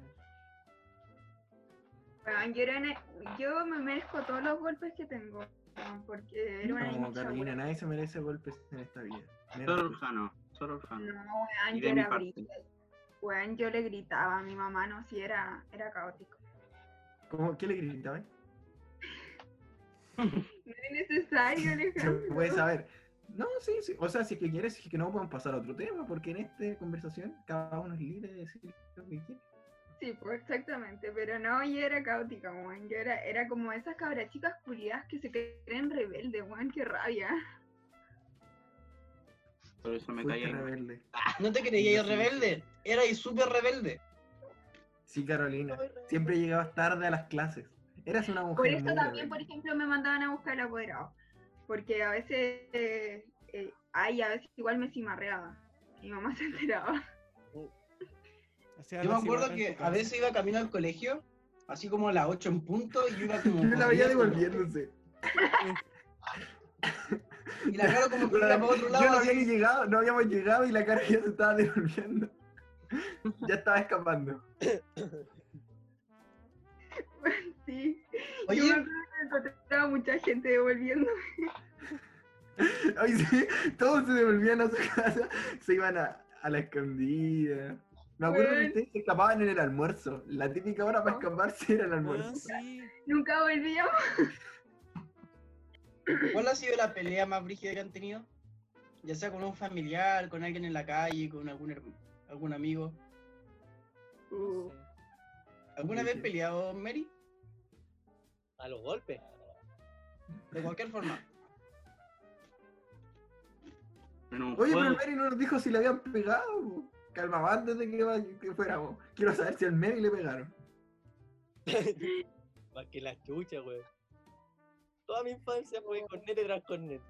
E: Bueno, Ah, yo, era una- yo me merezco todos los golpes que tengo. weón, Porque era una
A: No,
E: niña
A: Carolina,
E: chagüe.
A: nadie se merece golpes en esta vida. Mira,
B: Solo el Jano, solo el Jano.
E: No, weón,
B: Y
E: yo
B: de mi
E: era
B: parte.
E: brilla. Weón, yo le gritaba a mi mamá, no, si era, era caótico.
A: ¿cómo- ¿Qué le gritabas?
E: No es necesario,
A: Se
E: Alejandro.
A: puede pues, saber. No, sí, sí. O sea, si es que quieres, si es que no, podemos pasar a otro tema, porque en esta conversación cada uno es libre de decir lo que quiere.
E: Sí, pues exactamente, pero no, yo era caótica, weón. Yo era, era como esas cabras chicas culiadas que se creen rebeldes, weón, qué rabia.
B: Por eso me
A: Fuiste
B: caí ahí.
A: rebelde.
D: ¿No te creías rebelde? Erais súper rebelde.
A: Sí, Carolina.
C: Soy rebelde.
A: Siempre llegabas tarde a las clases. Eras una mujer.
E: Por eso
A: muy
E: también, por
A: rebelde.
E: ejemplo, me mandaban a buscar el apoderado, porque a veces, eh, eh, ay, a veces igual me cimarreaba, mi mamá se enteraba.
F: Hacía
D: Yo
F: la
D: me acuerdo
F: cimarra
D: que
F: en tu
D: a
F: casa.
D: veces iba camino al colegio, así como a las 8 en punto, y yo iba como.
A: Yo la veía
D: corriendo,
A: devolviéndose.
D: Y la cara como que iba para otro
A: Yo
D: lado.
A: no
D: así.
A: había ni llegado, no habíamos llegado y la cara ya se estaba devolviendo. Ya estaba escapando.
E: Sí, yo me
D: Oye,
E: acuerdo que encontraba mucha gente devolviendo.
A: Ay, sí, todos se devolvían a su casa, se iban a, a la escondida. Me acuerdo que
E: Weón.
A: ustedes se escapaban en el almuerzo. La típica hora para
E: Oh.
A: escaparse era el
F: Weón,
A: almuerzo.
F: sí.
E: Nunca volvíamos.
D: ¿cuál ha sido la pelea más brígida que han tenido? Ya sea con un familiar, con alguien en la calle, con algún, herm- algún amigo.
E: Uh,
D: ¿Alguna vez peleado, Mary?
C: A los golpes.
D: De cualquier forma.
B: En
E: Ah.
B: un
A: Oye, pero
B: juego.
A: el Mary no nos dijo si le habían pegado. po. Calma, antes de que, vaya- que fuéramos. Quiero saber si al Mary le pegaron.
C: Más que la chucha, weón. Toda mi infancia fue cornete tras cornete.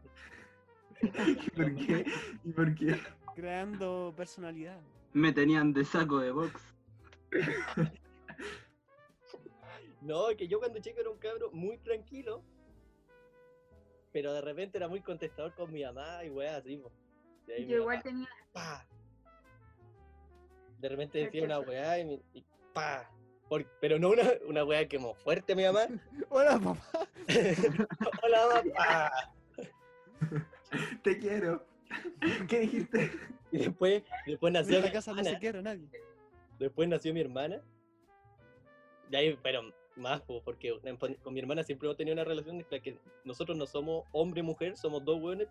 A: ¿Y por qué? ¿Y por qué?
F: Creando personalidad.
B: Me tenían de saco de box.
C: No, que yo cuando chico era un cabro muy tranquilo, pero de repente era muy contestador con mi mamá y weá, así, po. Y ahí mi
E: Yo igual
C: mamá,
E: tenía.
C: pa. De repente decía una weá y, mi- y pa. Por- pero no una, una weá que como fuerte mi mamá.
F: Hola, papá.
C: Hola, mamá, pa.
A: Te quiero. ¿Qué dijiste?
C: Y después, después
F: En
C: nació mi
F: esta casa no
C: hermana.
F: se quiere nadie.
C: Después nació mi hermana. De ahí, pero más, po, porque en- con mi hermana siempre hemos tenido una relación en la que nosotros no somos hombre y mujer, somos dos hueones,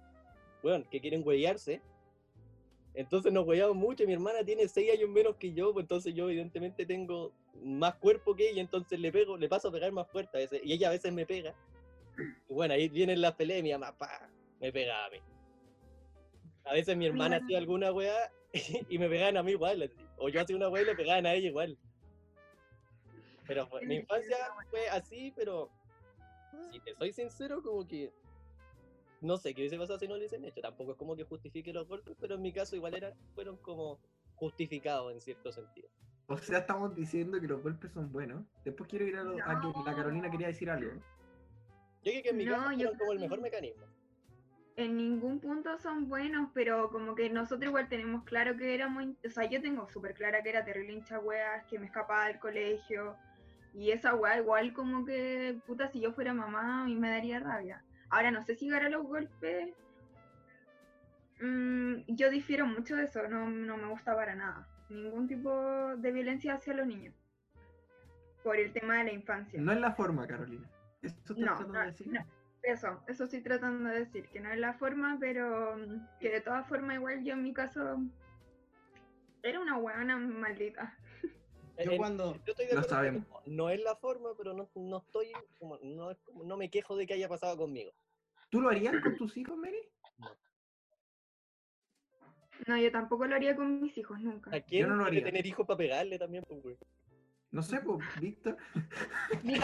C: weón, que quieren huellarse. Entonces nos huellamos mucho. Mi hermana tiene seis años menos que yo, pues entonces yo evidentemente tengo más cuerpo que ella, entonces le pego, le paso a pegar más fuerte a veces, y ella a veces me pega. Y bueno, ahí vienen las peleas y mi mamá, pa, me pegaba a mí. A veces mi hermana hacía alguna weá y me pegaban a mí igual. así. O yo hacía una weá y le pegaban a ella igual. Pero fue- mi infancia fue así, pero si te soy sincero, como que no sé qué hubiese pasado si no lo hubiesen hecho. Tampoco es como que justifique los golpes, pero en mi caso igual era, fueron como justificados en cierto sentido.
A: O sea, estamos diciendo que los golpes son buenos. Después quiero ir a, lo- a que la Carolina quería decir algo.
C: Yo creo que en mi
E: No,
C: caso
E: yo
C: fueron
E: creo
C: como el
E: que-
C: mejor mecanismo.
E: en ningún punto son buenos, pero como que nosotros igual tenemos claro que éramos, hin- o sea, yo tengo súper clara que era terrible hincha weas, que me escapaba del colegio, y esa wea igual como que, puta, si yo fuera mamá, a mí me daría rabia. Ahora, no sé si llegar a los golpes, mm, yo difiero mucho de eso, no, no me gusta para nada, ningún tipo de violencia hacia los niños, por el tema de la infancia.
A: No es la forma, Carolina. ¿Eso estás
E: No,
A: tratando
E: no,
A: de decir?
E: no. Eso, eso estoy tratando de decir, que no es la forma, pero mm, que de todas formas igual yo en mi caso era una huevona maldita.
D: Yo
A: Eh,
C: En-
D: cuando.
C: yo estoy de
A: Lo
C: acuerdo en que
A: sabemos.
C: No, no es la forma, pero no, no estoy, como, no, es como- no me quejo de que haya pasado conmigo.
A: ¿Tú lo harías con tus hijos, Mary?
E: No, yo tampoco lo haría con mis hijos nunca.
C: ¿A quién
A: no lo
C: quiere
A: haría.
C: tener hijos para pegarle también? pues, güey?
A: No sé, pues, Víctor.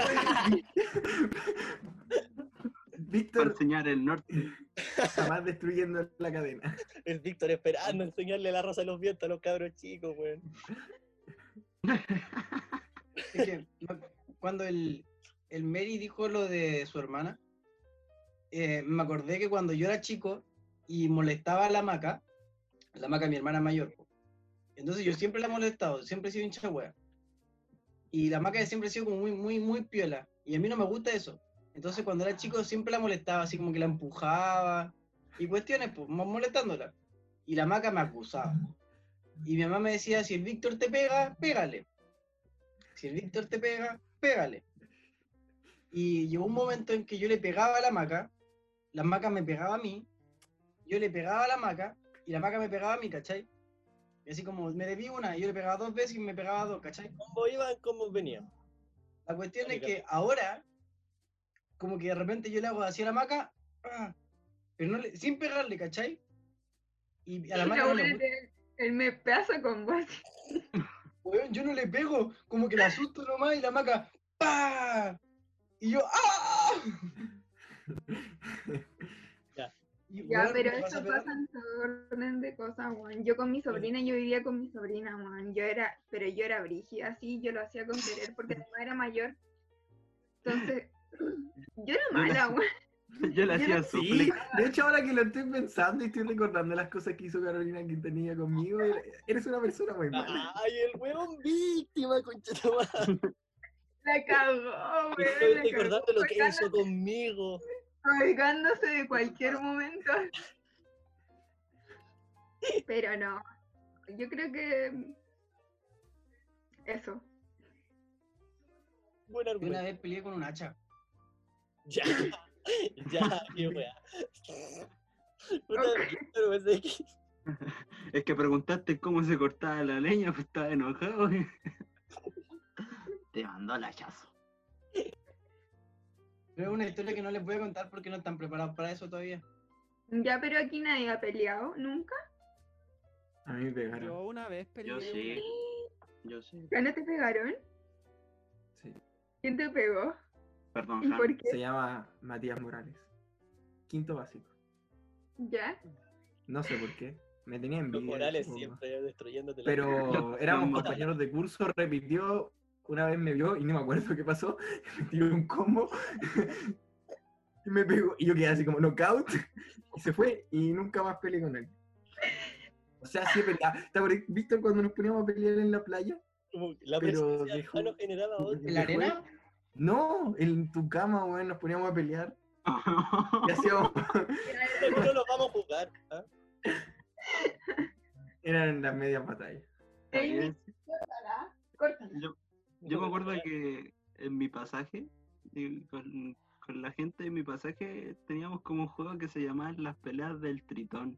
B: Para
A: Víctor
B: enseñar el norte.
A: jamás destruyendo la cadena.
C: El Víctor esperando enseñarle la rosa de los vientos a los cabros chicos, güey.
D: es que, no, cuando el, el Mary dijo lo de su hermana, eh, me acordé que cuando yo era chico y molestaba a la maca, la maca mi hermana mayor, po. entonces yo siempre la he molestado, siempre he sido hincha wea. Y la maca siempre ha sido como muy, muy, muy piola. Y a mí no me gusta eso. Entonces cuando era chico siempre la molestaba, así como que la empujaba y cuestiones, pues, mo- molestándola. Y la maca me acusaba. Y mi mamá me decía, si el Víctor te pega, pégale. Si el Víctor te pega, pégale. Y llegó un momento en que yo le pegaba a la maca, la maca me pegaba a mí, yo le pegaba a la maca y la maca me pegaba a mí, ¿cachai? Y así como me debí una, y yo le pegaba dos veces y me pegaba dos, ¿cachai?
C: ¿Cómo iban? ¿Cómo venían?
D: La cuestión es
C: Marica.
D: que ahora, como que de repente yo le hago así a la maca, ah, pero no le- sin pegarle, ¿cachai? Y a la maca no
C: pues.
D: le gusta.
E: Él me pasa con vos.
D: Weón, yo no le pego, como que la asusto nomás y la maca, ¡pa! Y yo, ¡ah!
C: Ya.
D: Y,
E: Ya,
D: weón,
E: pero
D: me pasa
E: eso
D: peor.
E: pasa en todo orden de cosas, weón. Yo con mi sobrina, yo vivía con mi sobrina, weón. Yo era, pero yo era brígida, así, yo lo hacía con querer porque mi mamá era mayor. Entonces, yo era
B: Yo la-
E: mala, weón.
B: Yo le hacía
A: Sí,
B: suple.
A: de hecho ahora que lo estoy pensando y estoy recordando las cosas que hizo Carolina Quintanilla conmigo, eres una persona muy mala.
C: Ah, Ay, el weón víctima, conchetumar.
E: La cagó,
C: Me
E: weón.
C: Estoy
E: la cagó.
C: recordando lo que
E: Colgándose-
C: hizo conmigo.
E: Colgándose de cualquier momento. Pero no. Yo creo que. Eso.
C: Buen
D: Yo una
C: argumento.
D: vez peleé con un hacha.
C: Ya, ya, qué weá. Puta, pero pensé que-
B: Es que preguntaste cómo se cortaba la leña, pues estaba enojado. Te mandó al hachazo.
D: Pero es una historia que no les voy a contar porque no están preparados para eso todavía.
E: Ya, pero aquí nadie ha peleado, nunca.
A: A mí me pegaron.
F: Yo una vez peleé.
B: Yo sí. Yo sí.
E: ¿Ya no te pegaron?
A: Sí.
E: ¿Quién te pegó?
B: Perdón,
E: ¿Y
B: Jano.
E: por
A: Se
E: qué?
A: llama Matías Morales. Quinto básico.
E: ¿Ya?
A: No sé por qué. Me tenía envidia.
C: Los Morales
A: supongo.
C: siempre destruyéndote la
A: Pero
B: Los-
A: éramos
B: los Morales.
A: compañeros de curso, repitió, una vez me vio y no me acuerdo qué pasó, me tiró un combo y me pegó. Y yo quedé así como knockout y se fue y nunca más peleé con él. O sea, sí, es verdad. ¿Te acuerdas, Víctor, cuando nos poníamos a pelear en la playa?
C: Como
A: pero
C: la presencia de
A: dijo-
C: Jano generaba odio.
D: ¿En la
A: Después-
D: arena?
A: No, en tu cama, weón, nos poníamos a pelear y hacíamos.
C: Pero no lo vamos a jugar. ¿ah?
A: Eran las medias batallas.
B: Está bien.
E: Córtala, córtala.
B: Yo, yo me acuerdo que en mi pasaje, y con, con la gente de mi pasaje, teníamos como un juego que se llamaba Las Peleas del Tritón.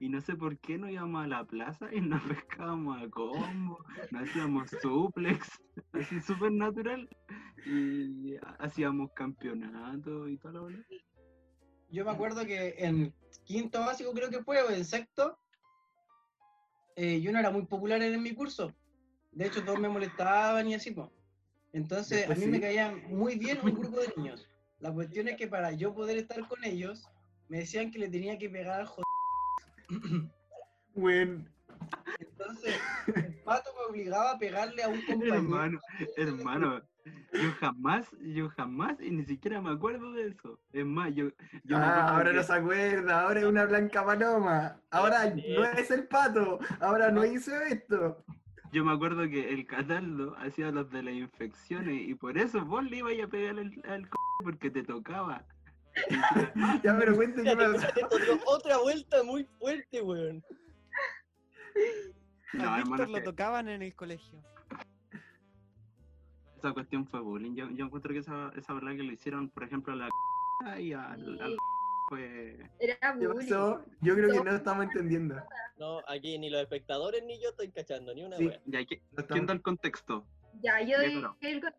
B: Y no sé por qué no íbamos a la plaza y nos pescábamos a combo, nos hacíamos suplex, así súper natural. Y hacíamos campeonato y todo lo demás.
D: Yo me acuerdo que en quinto básico creo que fue, o en sexto, eh, yo no era muy popular en mi curso. De hecho, todos me molestaban y así, po. Entonces,
A: Después
D: a mí me
A: sí.
D: caían muy bien un grupo de niños. La cuestión es que para yo poder estar con ellos, me decían que le tenía que pegar al joder.
A: Weón,
D: Entonces, el pato me obligaba a pegarle a un compañero.
B: Hermano, hermano, yo jamás, yo jamás y ni siquiera me acuerdo de eso. Es más, yo, yo me
A: Ah,
B: acuerdo
A: ahora
B: que-
A: no se acuerda, ahora es una blanca paloma, ahora no es el pato, ahora no hizo esto.
B: Yo me acuerdo que el Cataldo hacía los de las infecciones y por eso vos le ibas a pegar al, al c porque te tocaba.
A: Ya, pero cuente qué
C: Espérate,
A: pasó.
C: espérate, esto dio otra vuelta muy fuerte, weón.
B: No,
F: a
B: hermano,
F: Víctor
B: es
F: lo
B: que
F: tocaban en el colegio.
B: esa cuestión fue bullying. Yo, yo encuentro que esa, esa verdad que le hicieron, por ejemplo, a la c y al, al c fue.
E: Era
A: ¿Qué
E: bullying.
A: pasó? Yo creo que no estamos entendiendo.
C: No, aquí ni los espectadores ni yo estoy cachando, ni una
A: Sí.
C: weón.
B: Ya, ¿qué-
A: No estamos-
B: ¿Quién da el contexto?
E: Ya, yo
B: Ya,
E: di
B: claro.
E: el con-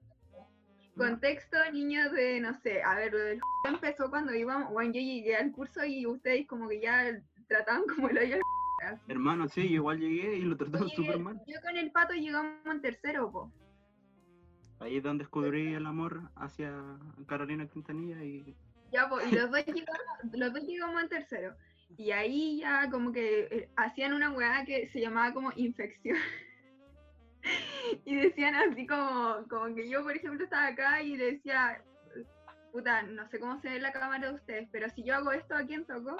E: contexto, niños de, no sé, a ver, lo del empezó cuando íbamos, bueno, yo llegué al curso y ustedes como que ya trataban como el hoyo. al así.
B: Hermano, sí, igual llegué y lo trataron
E: Yo
B: súper
E: llegué-
B: mal.
E: Yo con el pato llegamos en tercero, po.
B: Ahí es donde descubrí el amor hacia Carolina Quintanilla y
E: Ya, po, y los dos llegamos, los dos llegamos en tercero. Y ahí ya como que eh, hacían una weá que se llamaba como infección. y decían así como, como que yo, por ejemplo, estaba acá y le decía, puta, no sé cómo se ve la cámara de ustedes, pero si yo hago esto, ¿a quién toco?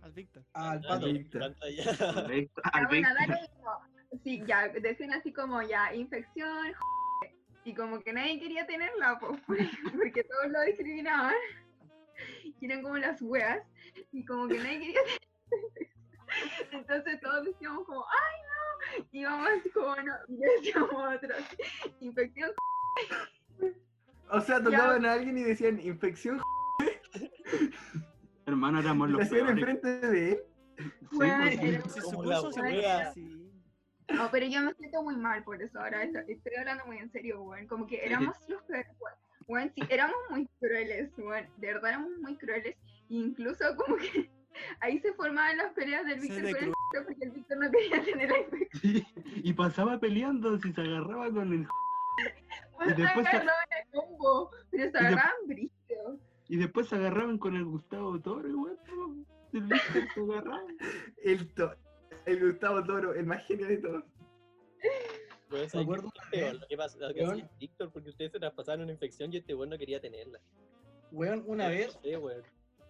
F: Al Víctor.
D: Al
C: Ah, no,
D: pato.
A: Pato.
C: pantalla.
B: al Víctor-
E: Ya,
B: al
E: Ah, bueno,
B: Víctor.
E: dale, no. Sí, ya, decían así como ya, infección, y como que nadie quería tenerla, po, porque porque todos lo discriminaban, y eran como las weas, y como que nadie quería tenerla. Entonces todos decíamos como, ay no, y vamos así como no, y decíamos otros, infección,
A: O sea, tocaban a alguien y decían infección,
B: Hermano, éramos
A: la
B: los
A: hacían
B: peores.
A: enfrente de él.
B: Sí,
E: Bueno,
B: pues, sí.
E: era-
F: Si su
C: Como la
F: curso se
C: wea.
F: ponía así.
E: no, pero yo me siento muy mal por eso, ahora esto- estoy hablando muy en serio, weón, como que éramos los peores, weón. Weón, sí, éramos muy crueles, weón, de verdad éramos muy crueles, incluso como que ahí se formaban las peleas del
F: Se
E: Víctor
F: le
E: con el Víctor porque el Víctor no quería tener la infección,
B: Sí, pues, y pasaba peleando si se agarraba con el
E: weón, se
B: después se-
E: agarraban a combo, pero se
B: de-
E: agarraban brillo,
B: y después se agarraban con el Gustavo Toro igual po. El Víctor se agarraba.
A: El, to- el Gustavo Toro, el más genio de todos.
C: Weón,
D: Me
C: ¿sabes
D: acuerdo
C: qué es peor? Lo que pasa lo que
D: ¿Eh? Weón.
C: hacía Víctor, porque ustedes se traspasaron una infección y este weón no quería tenerla.
D: Weón, una vez
C: Sí, weón.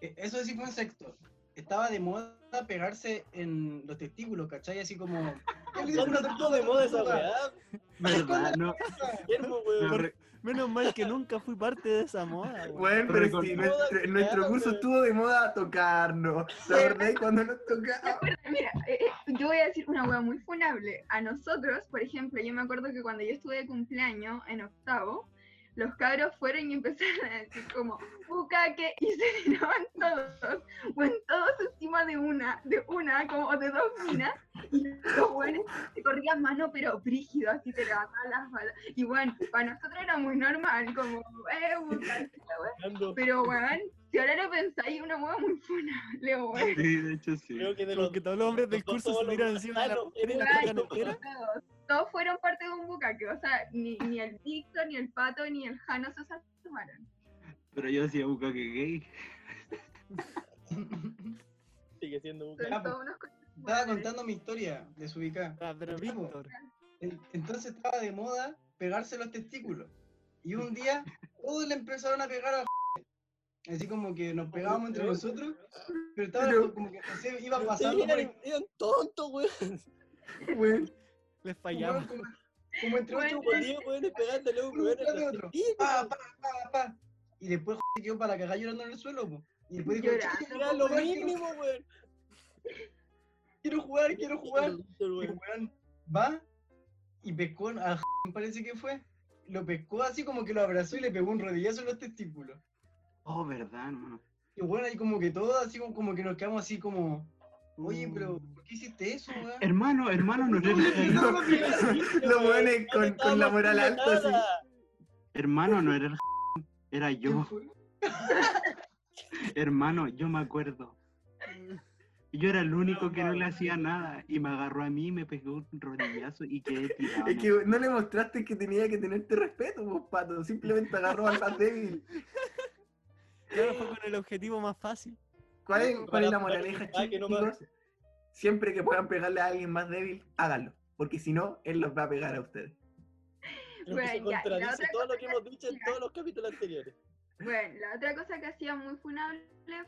D: E- Eso sí fue un sexto. Estaba de moda pegarse en los testículos, ¿cachai? Así como. "Ya le di
C: ¿Dónde
D: una
C: estuvo de moda esa
D: tortuga".
C: weá?
B: ¿Verdad? No,
C: Guillermo, weón.
B: no, re-
F: Menos mal que nunca fui parte de esa moda. weón.
A: Bueno, pero
B: Recordaba
A: si nuestro,
C: que
A: nuestro
C: era,
A: curso
C: weón.
A: estuvo de moda tocarnos. ¿Te acordáis cuando nos tocaba?
E: Mira, eh, eh, yo voy a decir una hueá muy funable. A nosotros, por ejemplo, yo me acuerdo que cuando yo estuve de cumpleaños en octavo, los cabros fueron y empezaron a decir como bucaque y se tiraban todos, bueno, todos encima de una, de una, como de dos minas, y los buenos se corrían mano pero brígido, así se levantaban las balas. Y bueno, para nosotros era muy normal, como, eh, bucaque, la hueá.
C: Fernando,
E: pero weón, si ahora lo pensáis, una hueá muy funable, weón.
B: sí, de hecho sí.
C: Creo que de
F: Como
C: los
F: que todos los hombres del
C: los dos
F: curso
C: somos
F: se
C: los
F: tiran encima de la,
C: gusanos,
F: de la
C: weón.
F: canastera.
E: Todos. todos fueron parte de un bucaque. O sea, ni, ni el Víctor, ni el Pato, ni el Jano se salvaron.
B: Pero yo hacía bucaque gay.
C: Sigue siendo un
E: Son
D: Ya, pues.
E: todos unos conchetumales.
D: Estaba contando mi historia de su
F: Ah, pero
D: Ya, po.
F: Víctor.
D: Entonces estaba de moda pegarse los testículos. Y un día todos le empezaron a pegar a Así como que nos pegábamos entre nosotros, pero estaba
A: Pero-
D: como que José iba
C: Pero ustedes
D: pasando por el-
C: eran, eran tontos, weón.
A: Weón,
F: Les
D: como,
F: fallamos.
D: como, como entre ocho
E: Bueno.
D: weones,
C: Podían poder pegándole a un weón en
D: Uno de
C: los
D: otro. Ah,
C: testículos.
D: pa, pa, pa, pa. Y después José quedó para cagar llorando en el suelo. po. Y después dijo,
E: Llorando,
D: "Che,
C: Era lo mínimo, weón.
D: Quiero jugar, quiero jugar.
C: Pero,
D: Y
C: weón,
D: el weón va y pescó al parece que fue. Lo pescó así como que lo abrazó y le pegó un rodillazo en los testículos.
B: Oh, verdad, hermano.
D: Y bueno, ahí como que todo, así como, como que nos quedamos así como, oye,
B: Uh.
D: pero ¿por qué hiciste eso, weón?
B: Hermano, hermano, nosotros,
D: No, no, no, no.
A: Los weones
C: no
A: con, con la
C: estábamos
A: moral
C: haciendo
A: alta, así.
C: nada.
B: hermano no era el era yo.
D: fue?
B: Hermano, yo me acuerdo. Yo era el único que no le
D: Traumado.
B: hacía nada y me agarró a mí, me pegó un rodillazo y quedé tirado. en
A: Es que no le mostraste que tenía que tenerte respeto, vos, pato. Simplemente agarró al más débil.
F: Claro, fue con el objetivo más fácil.
A: ¿Cuál es, cuál es la
C: Para- para
A: moraleja,
C: que- para que no me-
A: chicos? Siempre que puedan pegarle a alguien más débil, háganlo. Porque si no, él los va a pegar a ustedes.
C: Creo que
E: Bueno,
C: se
E: ya, y la
C: contradice
E: otra
C: todo lo
E: cosa
C: que
E: que-
C: hemos dicho en todos los capítulos anteriores.
E: Bueno, la otra cosa que hacía muy funable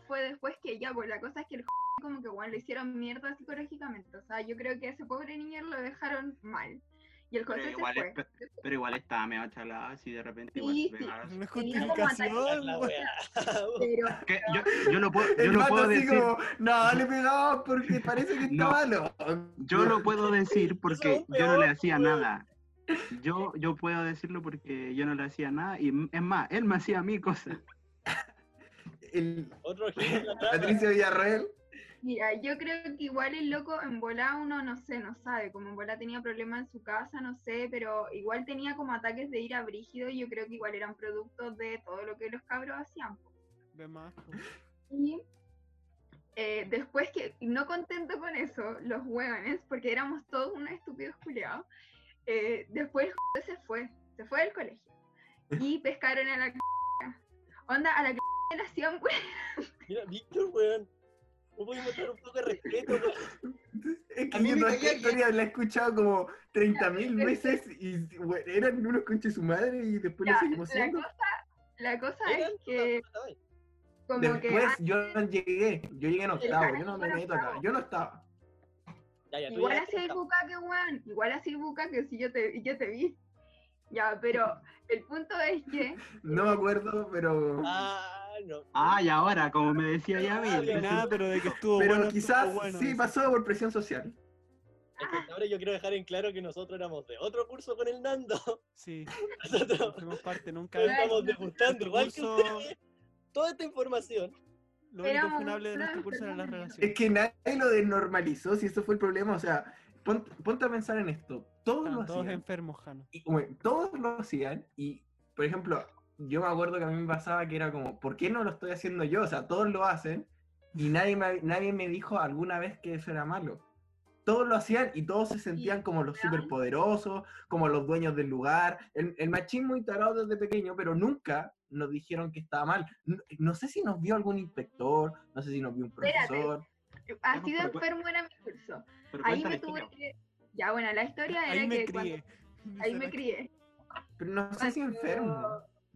E: fue después que ya, pues la cosa es que el como que bueno, lo hicieron mierda psicológicamente. O sea, yo creo que a ese pobre niño lo dejaron mal. Y el
B: Pero
E: José se
B: igual
E: fue.
B: espe- Pero igual estaba medio chalada, así de repente igual
E: Sí,
B: se
E: sí.
B: pegaron.
F: No es
E: Tenía como ataque
F: justificación.
C: Sacar la
F: weón.
C: weá.
E: Pero
B: Que yo, yo lo puedo, yo
A: El
B: lo
A: pato
B: puedo
A: así
B: decir,
A: como, no, le pegaba porque parece que
B: No.
A: estaba loco.
B: yo lo puedo decir
C: Eso
B: porque
C: es
B: yo no le
C: peor,
B: hacía
C: weón.
B: nada. Yo, yo puedo decirlo porque yo no le hacía nada y m- es más, él me hacía a mí cosas.
A: El
C: Otro ejemplo en la trampa.
A: Patricio Villarreal.
E: Mira, yo creo que igual el loco en volá uno no sé, no sabe, como en volá tenía problemas en su casa, no sé, pero igual tenía como ataques de ira brígido y yo creo que igual eran productos de todo lo que los cabros hacían. po.
F: De más, pues. po.
E: Y eh, después que, no contento con eso, los hueones, porque éramos todos unos estúpidos culiados, eh, después el se fue, se fue del colegio y pescaron a la c******. Onda, a la c***** le hacían
C: Mira, Víctor, weón. No podemos mostrar un poco de respeto, weón.
A: Es
D: A
A: que
D: mí
A: yo
D: me
A: toda
D: caía
A: esta
D: bien.
A: historia la he escuchado como 30.000 veces y bueno, eran unos conches su madre y después lo
E: Ya,
A: seguimos
E: la
A: siendo.
E: cosa, la cosa
C: Eran
E: es que
C: una- ay,
E: como que
A: Después
E: ah,
A: yo llegué, yo llegué en octavo, yo no me meto acá, yo no estaba.
C: Ya, ya, tú
E: igual
C: ya
E: así el
C: estás-
E: bucaque, weón, igual así el bucaque, si yo te, yo te vi. Ya, pero el punto es que
A: No me acuerdo, pero.
C: Ah, no.
B: Ah, y ahora, como me decía ya
C: Ah,
B: bien,
F: Nada, pero de que estuvo
A: Pero
F: bueno. estuvo
A: quizás
F: bueno,
A: sí
F: dice.
A: pasó por presión social.
C: Es que ahora yo quiero dejar en claro que nosotros éramos de otro curso con el Nando.
F: Sí,
C: Nosotros
F: fuimos parte nunca. este
C: nos estamos
E: Claro.
C: degustando igual que
F: Curso-
C: ustedes. Toda esta información.
F: Lo único
E: Éramos
F: funable de nuestro
E: unos
F: curso eran las
E: fenómenos.
A: Es
F: relaciones.
A: que nadie lo desnormalizó, si eso fue el problema. O sea, pon- ponte a pensar en esto. Todos lo
F: Estaban todos
A: hacían.
F: enfermos, Jano.
A: y, bueno, todos lo hacían y, por ejemplo, yo me acuerdo que a mí me pasaba que era como, ¿por qué no lo estoy haciendo yo? O sea, todos lo hacen y nadie me, nadie me dijo alguna vez que eso era malo. Todos lo hacían y todos se sentían como los
E: weón.
A: superpoderosos, como los dueños del lugar. El, el machismo y tarado desde pequeño, pero nunca nos dijeron que estaba mal. No, no sé si nos vio algún inspector, no sé si nos vio un
E: Espérate.
A: profesor.
E: así de
B: pero cu-
E: enfermo era mi curso.
B: pero
E: Ahí
B: cuéntale,
E: me tuve que. Ya, bueno, la historia era
F: Ahí me
E: que cuando-
F: crié.
E: ahí me crié.
A: Pero no sé si enfermo.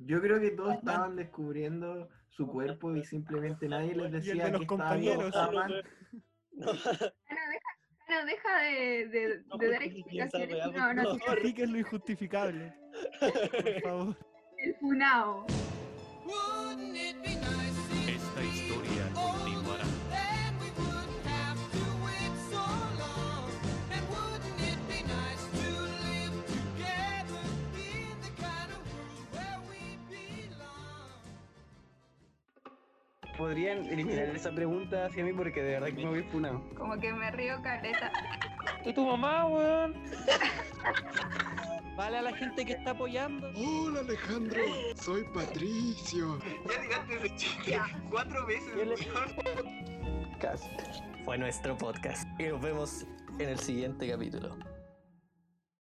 A: Yo creo que todos estaban descubriendo su cuerpo y simplemente nadie les
C: Y
F: el de
A: decía
F: los
A: que estaba bien o
F: compañeros,
A: estaba
F: sí,
A: mal.
C: No,
E: Ana, deja, Ana, deja de, de,
C: No
E: de dar
C: justifiquen esa
E: explicaciones.
C: weá, por
E: No, no,
C: favor.
E: tiene-
F: Enrique es lo injustificable. Por favor.
E: el funao.
J: Esta historia continuará.
G: Podrían eliminar esa pregunta hacia mí porque de verdad que me voy funado.
E: Como que me río caleta.
K: ¿Y tu mamá, weón? Vale a la gente que está apoyando.
I: Hola Alejandro, soy Patricio.
B: Ya digaste ese chiste cuatro veces.
H: Fue nuestro podcast. Y nos vemos en el siguiente capítulo.